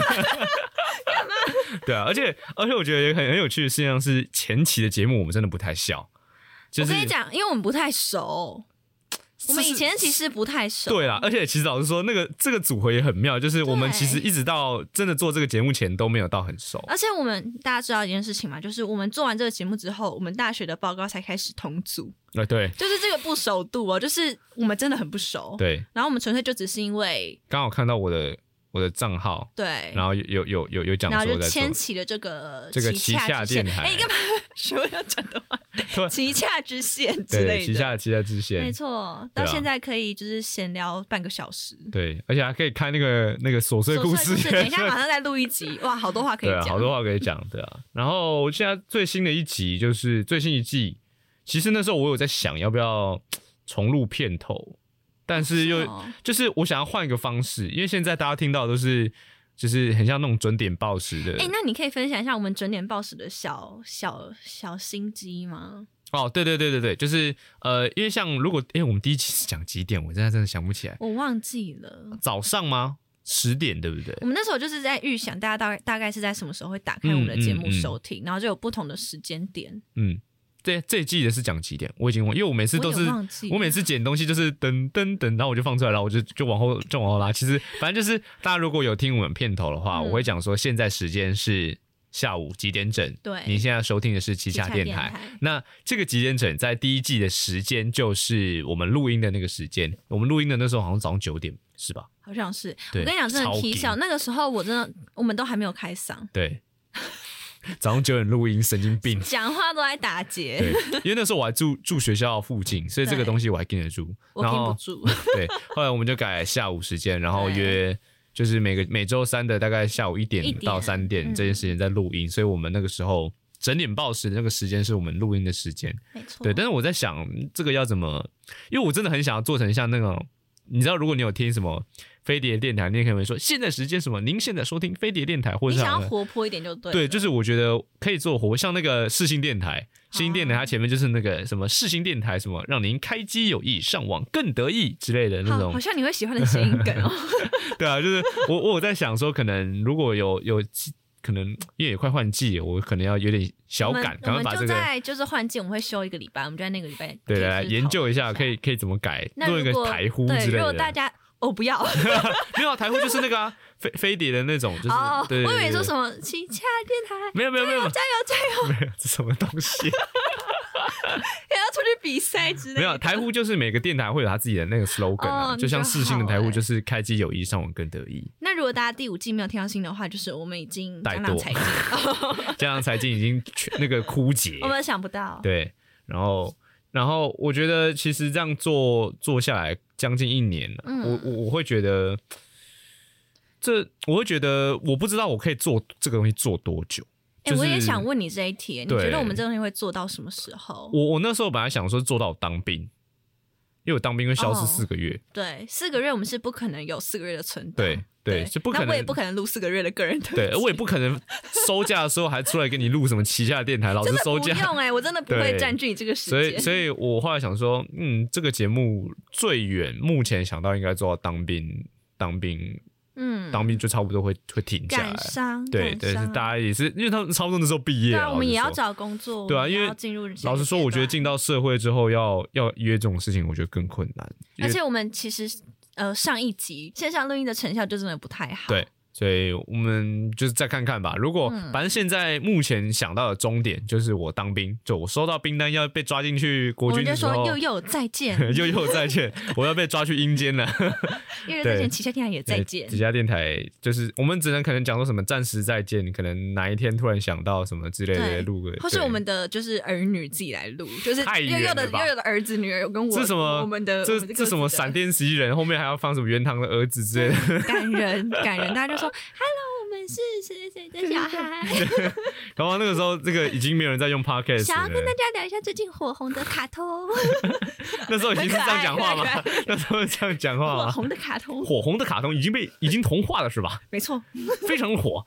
A: 嘛？对啊，而且而且我觉得也很很有趣的事情上是，前期的节目我们真的不太笑， 就
B: 我
A: 是
B: 跟你讲，因为我们不太熟，
A: 是
B: 我们以前其实不太熟。
A: 对啊啦，而且其实老实说，那个这个组合也很妙，就是我们
B: 对
A: 其实一直到真的做这个节目前都没有到很熟。
B: 而且我们大家知道一件事情嘛，就是我们做完这个节目之后，我们大学的报告才开始同组，
A: 啊，对
B: 就是这个不熟度哦，就是我们真的很不熟。
A: 对，
B: 然后我们纯粹就只是因为
A: 刚好看到我的我的账号，
B: 对，
A: 然后有有有有有讲
B: 然后
A: 座
B: 就
A: 在做
B: 牵，起了这个
A: 这个
B: 旗下
A: 旗
B: 之
A: 下
B: 线
A: 电台
B: 哎，你干嘛 学我要讲的话？
A: 对
B: 旗下之线之
A: 对，
B: 类
A: 旗
B: 的，
A: 下旗下支线
B: 没，错。
A: 对
B: 到
A: 啊
B: 现在可以就是闲聊半个小时。
A: 对，而且还可以看那个那个琐碎故事
B: 琐碎，等 一下马
A: 对
B: 上再录一集，哇，好多话可以
A: 对啊，
B: 讲，
A: 好多话可以讲对啊。然后现在最新的一集就是最新一季，其实那时候我有在想要不要重录片头，但是又、
B: 哦
A: 就是我想要换一个方式，因为现在大家听到都是就是很像那种准点报时的，
B: 哎、那你可以分享一下我们准点报时的小小小心机吗？
A: 哦，对对对对对，就是呃，因为像如果哎、我们第一期是讲几点，我现在真的想不起来，
B: 我忘记了。
A: 早上吗？十点对不对？
B: 我们那时候就是在预想大家大概大概是在什么时候会打开我们的节目
A: 嗯嗯嗯
B: 收听，然后就有不同的时间点。
A: 嗯，对，这一季的是讲几点？我已经忘，因为我每次都
B: 我
A: 是
B: 也忘记了
A: 我每次剪东西就是噔噔噔，然后我就放出来，然后我就就往后就往后拉。其实反正就是大家如果有听我们片头的话，
B: 嗯
A: 我会讲说现在时间是下午几点整。
B: 对
A: 你现在收听的是旗下电
B: 旗下
A: 台。
B: 电台
A: 那这个几点整在第一季的时间就是我们录音的那个时间，我们录音的那时候好像早上九点是吧？
B: 好像是，
A: 对
B: 我跟你讲，真的
A: 超
B: 啼笑。
A: 级
B: 那个时候我真的，我们都还没有开嗓，
A: 对，早上九点录音，神经病。
B: 讲话都在打结，
A: 嗯对，因为那时候我还住住学校附近，所以这个
B: 对
A: 东西我还跟得住。
B: 我
A: 然
B: 顶不
A: 后
B: 住。
A: 对，后来我们就改下午时间，然后
B: 对
A: 约就是每个每周三的大概下午一
B: 一
A: 点
B: 点
A: 到三点
B: 嗯
A: 这件时间在录音，所以我们那个时候整点报时的那个时间是我们录音的时间。
B: 没错，
A: 对，但是我在想这个要怎么，因为我真的很想要做成像那种。你知道，如果你有听什么飞碟电台，你也可以会说现在时间什么？您现在收听飞碟电台，或者
B: 你
A: 是
B: 想
A: 好
B: 要
A: 像
B: 活泼一点就对了。
A: 对，就是我觉得可以做活，像那个世新电台，世新电台
B: 哦
A: 它前面就是那个什么世新电台什么，让您开机有益，上网更得意之类的那
B: 好，
A: 种
B: 好。像你会喜欢的谐音梗 哦。
A: 对啊，就是我我有在想说，可能如果有有可能因为也快换季了，我可能要有点小
B: 我们
A: 赶，赶
B: 我
A: 快
B: 们
A: 把这
B: 就
A: 个
B: 在就是换季，我们会休一个礼拜，我们就在那个礼拜
A: 对
B: 可以
A: 来
B: 就是讨
A: 研究一
B: 论
A: 下，可以可以怎么改，
B: 那
A: 做一个
B: 如果
A: 台呼
B: 对
A: 之类
B: 如果大
A: 的。
B: 家哦不要
A: 没有啊台呼就是那个啊飞飞碟的那种，就是
B: 哦，我
A: 对对
B: 以为
A: 对
B: 说
A: 对
B: 什么啊旗下电台
A: 没有没有没有没有
B: 加油加油，
A: 没有 这什么东西。
B: 也要出去比赛之类的。
A: 没有啊台呼就是每个电台会有他自己的那个 slogan 啊，
B: 哦
A: 就像世新的台
B: 那就好
A: 呼
B: 欸
A: 就是开机有益，上网更得意。
B: 那如果大家第五季没有听到新的话，就是我们已经
A: 怠
B: 江郎
A: 惰
B: 才 尽，
A: 加上财经已经全那个枯竭
B: 我，们想不到。
A: 对，然后然后我觉得其实这样做做下来将近一年了，
B: 嗯
A: 我我我会觉得这我会觉得我不知道我可以做这个东西做多久。
B: 哎、
A: 就是
B: 我也想问你这一题，你
A: 对
B: 觉得我们这东西会做到什么时候？
A: 我我那时候本来想说做到我当兵，因为我当兵会消失
B: 哦
A: 四个月，
B: 对，四个月我们是不可能有四个月的存档，
A: 对对，是不可
B: 哦那我也
A: 能
B: 不可能录四个月的个人特
A: 对，
B: 辑
A: 我也不可能收假的时候还出来跟你录什么旗下电 台，老
B: 真
A: 是
B: 的
A: 收
B: 不
A: 假。
B: 用哎、我真的不会
A: 对
B: 占据你这个时
A: 所以，
B: 间。
A: 所以我后来想说，嗯，这个节目最远目前想到应该做到当兵，当兵，
B: 嗯，
A: 当兵就差不多会会停下来
B: 感。伤，
A: 对，但
B: 感
A: 是
B: 伤
A: 大家也是，因为他们差不多那时候毕业
B: 对
A: 啊
B: 啊，我们也要。
A: 老实说
B: 找工作，
A: 对啊
B: 我们
A: 因为
B: 要进入下一个
A: 老实说，我觉得
B: 阶
A: 进到社会之后要要约这种事情，我觉得更困难。因
B: 段，
A: 为
B: 而且我们其实呃上一集线上录音的成效就真的不太好，
A: 对，所以我们就是再看看吧。如果、
B: 嗯
A: 反正现在目前想到的终点就是我当兵，就我收到兵单要被抓进去
B: 我
A: 国
B: 们
A: 军
B: 就
A: 的时
B: 说
A: 候，
B: 又又再 见，
A: 又又再见，我要被抓去阴间了。
B: 又又再
A: 对
B: 见，旗下电台也再见
A: 几，家电台就是我们只能可能讲说什么暂时再见，可能哪一天突然想到什么之类的
B: 对
A: 录个，
B: 或是
A: 对
B: 我们的就是儿女自己来 录，就是
A: 太
B: 又
A: 远
B: 又的
A: 了吧
B: 又有的儿子女儿跟我，
A: 这是什么
B: 我们的
A: 这
B: 我们的
A: 这什么闪
B: 电
A: 电十一人，后面还要放什么元堂的儿子之类的。
B: 感人感人，大家 就说 hello，我们是谁谁谁的小孩，
A: 然后那个时候，这个已经没有人在 用 podcast
B: 想要跟
A: 了
B: 大。家聊一下最近火红的卡通，
A: 那时候已经是这样讲话
B: 很
A: 吗？啊那时候这样讲话
B: 火
A: 吗？
B: 红的卡通，
A: 火红的卡通已经被已经同化了是吧？
B: 没错，
A: 非常火。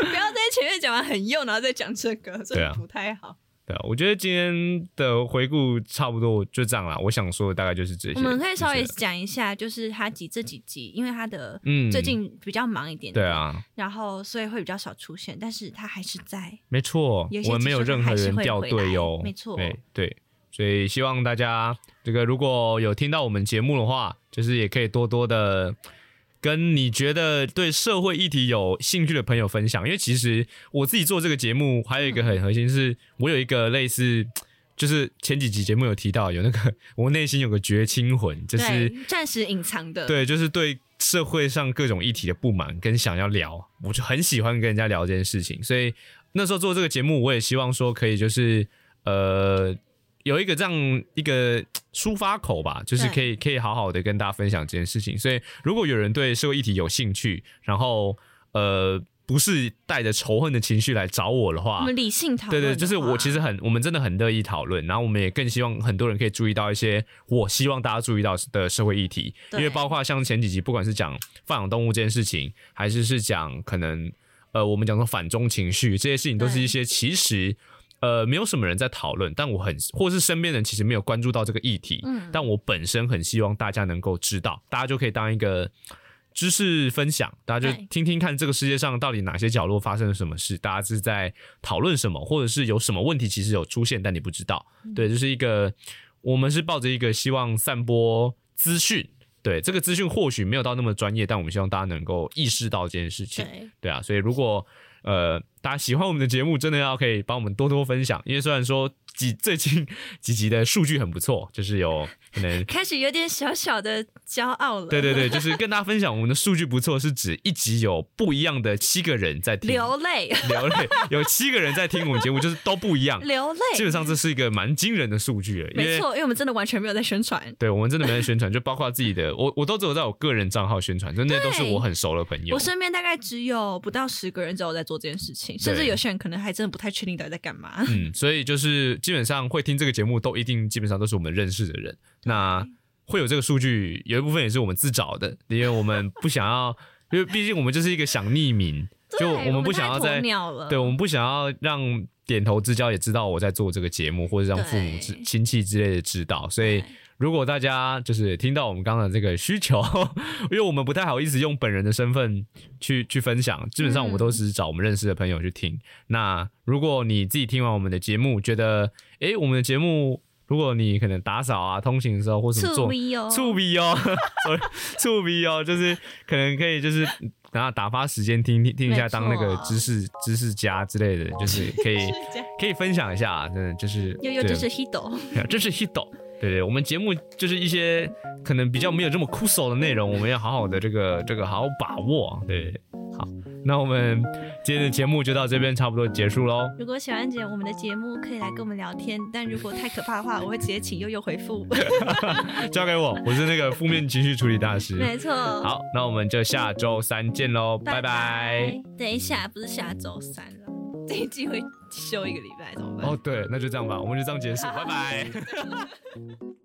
B: 不要在前面讲完很用，然后再讲这个，
A: 对
B: 这
A: 啊
B: 不太好。
A: 对啊，我觉得今天的回顾差不多就这样啦。我想说的大概就是这些。
B: 我们可以稍微
A: 谢谢
B: 讲一下，就是他几这几集，因为他的
A: 嗯
B: 最近比较忙一点，
A: 对，啊，
B: 然后所以会比较少出现，但是他还是在。
A: 没错
B: 有，些
A: 我们没有任何人掉队哟、
B: 技术还是会回来没错
A: 对对，所以希望大家这个如果有听到我们节目的话，就是也可以多多的跟你觉得对社会议题有兴趣的朋友分享，因为其实我自己做这个节目还有一个很核心是，我有一个类似。就是前几集节目有提到，有那个我内心有个绝清魂，就是
B: 对，暂时隐藏的，
A: 对，就是对社会上各种议题的不满跟想要聊，我就很喜欢跟人家聊这件事情。所以那时候做这个节目，我也希望说可以就是呃有一个这样一个抒发口吧，就是可以可以好好的跟大家分享这件事情。所以如果有人对社会议题有兴趣，然后呃不是带着仇恨的情绪来找我的话，
B: 我们理性讨
A: 对
B: 论的话。
A: 啊对，就是我其实很，我们真的很乐意讨论，然后我们也更希望很多人可以注意到一些我希望大家注意到的社会议题，因
B: 对
A: 为包括像前几集，不管是讲放养动物这件事情，还是是讲可能呃，我们讲说反中情绪这些事情，都是一些其实呃没有什么人在讨论，但我很或是身边人其实没有关注到这个议题，
B: 嗯
A: 但我本身很希望大家能够知道，大家就可以当一个知识分享，大家就
B: 对
A: 听听看这个世界上到底哪些角落发生了什么事，大家是在讨论什么，或者是有什么问题其实有出现，但你不知道。
B: 嗯
A: 对，就是一个我们是抱着一个希望散播资讯。对这个资讯或许没有到那么专业，但我们希望大家能够意识到这件事情。
B: 对
A: 对啊，所以如果呃大家喜欢我们的节目，真的要可以帮我们多多分享，因为虽然说几最近几集的数据很不错，就是有可 能
B: 开始有点小小的骄傲了。
A: 对对对，就是跟大家分享我们的数据不错，是指一集有不一样的七个人在听，
B: 流 泪，
A: 流泪，有七个人在听我们节目，就是都不一 样。
B: 流泪，
A: 基本上这是一个蛮惊人的数据了，因
B: 没
A: 为
B: 错，因为我们真的完全没有在宣传。
A: 对我们真的没在宣传，就包括自己的，我我都只有在我个人账号宣传，就那都是
B: 对
A: 我很熟的朋友
B: 我。身边大概只有不到十个人只有在做这件事情，甚至有些人可能还真的不太确定到底在干嘛。
A: 嗯，所以就是基本上会听这个节目，都一定基本上都是我们认识的人。那会有这个数据，有一部分也是我们自找的，因为我们不想要，因为毕竟我们就是一个想匿名， 就
B: 对我
A: 们不想要
B: 太鸵
A: 在，
B: 鸟了。
A: 对我们不想要让点头之交也知道我在做这个节目，或者让父母
B: 对
A: 之亲戚之类的知道，所以。如果大家就是听到我们刚刚的这个需求， 因为我们不太好意思用本人的身份去去分享，基本上我
B: 嗯
A: 们都是找我们认识的朋友去听。那如果你自己听完我们的节目，觉得诶我们的节目，如果你可能打扫啊、通勤的时候或什么
B: 醋
A: 做
B: 逼哦，
A: 触鼻哦，sorry，触 鼻哦，就是可能可以就是然后打发时间听听听一下，
B: 没错
A: 当那个知识知识家之类的，就是可以
B: 这样
A: 可以分享一下，啊真的就是
B: 悠悠
A: 对
B: 就是 Hido，
A: 这是 Hito。对对，我们节目就是一些可能比较没有这么酷手的内容，我们要好好的这个这个好好把握。对，好，那我们今天的节目就到这边差不多结束喽。
B: 如果喜欢姐我们的节目，可以来跟我们聊天，但如果太可怕的话，我会直接请悠悠回 复。
A: 交给我，我是那个负面情绪处理大师。
B: 没错，好，
A: 好，那我们就下周三见喽，拜拜。。
B: 等一下，不是下周三了，这一季会休一个礼拜，怎么办？
A: 哦，对，那就这样吧，我们就这样结束，拜拜。